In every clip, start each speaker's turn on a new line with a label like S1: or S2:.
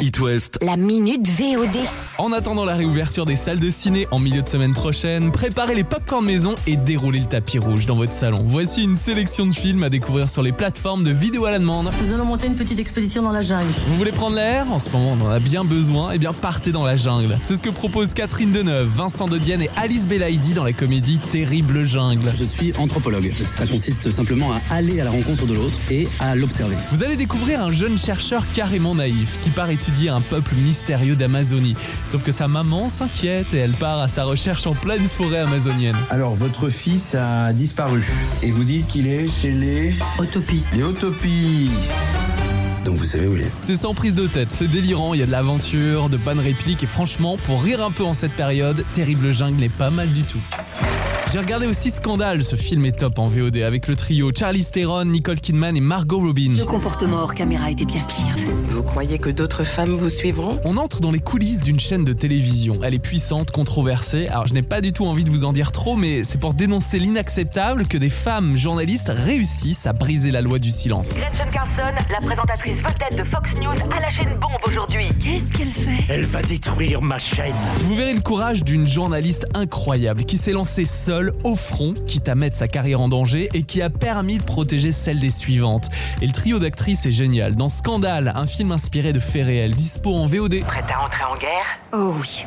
S1: It West.
S2: La minute VOD.
S3: En attendant la réouverture des salles de ciné en milieu de semaine prochaine, préparez les popcorn maison et déroulez le tapis rouge dans votre salon. Voici une sélection de films à découvrir sur les plateformes de vidéo à la demande.
S4: Nous allons monter une petite expédition dans la jungle.
S3: Vous voulez prendre l'air En ce moment, on en a bien besoin. Eh bien, partez dans la jungle. C'est ce que proposent Catherine Deneuve, Vincent Dedienne et Alice Belaïdi dans la comédie Terrible Jungle.
S5: Je suis anthropologue. Ça consiste simplement à aller à la rencontre de l'autre et à l'observer.
S3: Vous allez découvrir un jeune chercheur carrément naïf qui part étudier un peuple mystérieux d'Amazonie. Sauf que sa maman s'inquiète et elle part à sa recherche en pleine forêt amazonienne.
S6: Alors, votre fils a disparu. Et vous dites qu'il est chez les...
S4: Autopie.
S6: Les utopies. Donc vous savez où il est.
S3: C'est sans prise de tête, c'est délirant, il y a de l'aventure, de bonnes répliques et franchement, pour rire un peu en cette période, Terrible Jungle n'est pas mal du tout. J'ai regardé aussi Scandale, ce film est top en VOD avec le trio Charlie Theron, Nicole Kidman et Margot Robin.
S2: Le comportement hors caméra était bien pire.
S7: Vous croyez que d'autres femmes vous suivront
S3: On entre dans les coulisses d'une chaîne de télévision. Elle est puissante, controversée. Alors, je n'ai pas du tout envie de vous en dire trop, mais c'est pour dénoncer l'inacceptable que des femmes journalistes réussissent à briser la loi du silence.
S8: Gretchen Carlson, la présentatrice vedette de Fox News, a lâché une bombe aujourd'hui.
S2: Qu'est-ce qu'elle fait
S9: Elle va détruire ma chaîne.
S3: Vous verrez le courage d'une journaliste incroyable qui s'est lancée seule au front, quitte à mettre sa carrière en danger et qui a permis de protéger celle des suivantes. Et le trio d'actrices est génial. Dans Scandale, un film inspiré de faits réels, dispo en VOD.
S8: Prête à entrer en guerre
S2: Oh oui.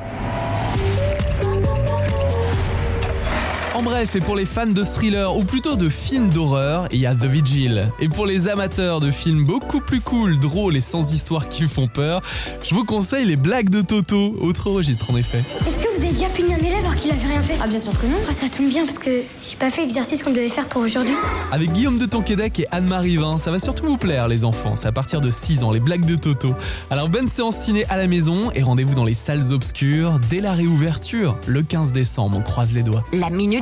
S3: En bref, et pour les fans de thrillers ou plutôt de films d'horreur, il y a The Vigil. Et pour les amateurs de films beaucoup plus cool, drôles et sans histoire qui font peur, je vous conseille les blagues de Toto, autre registre en effet.
S10: Est-ce que vous avez déjà puni un élève alors qu'il avait rien fait
S11: Ah bien sûr que non.
S10: Ah, ça tombe bien parce que j'ai pas fait l'exercice qu'on devait faire pour aujourd'hui.
S3: Avec Guillaume de Tonquédec et Anne-Marie Vin, ça va surtout vous plaire les enfants, c'est à partir de 6 ans, les blagues de Toto. Alors bonne séance ciné à la maison et rendez-vous dans les salles obscures dès la réouverture, le 15 décembre, on croise les doigts.
S2: e La minute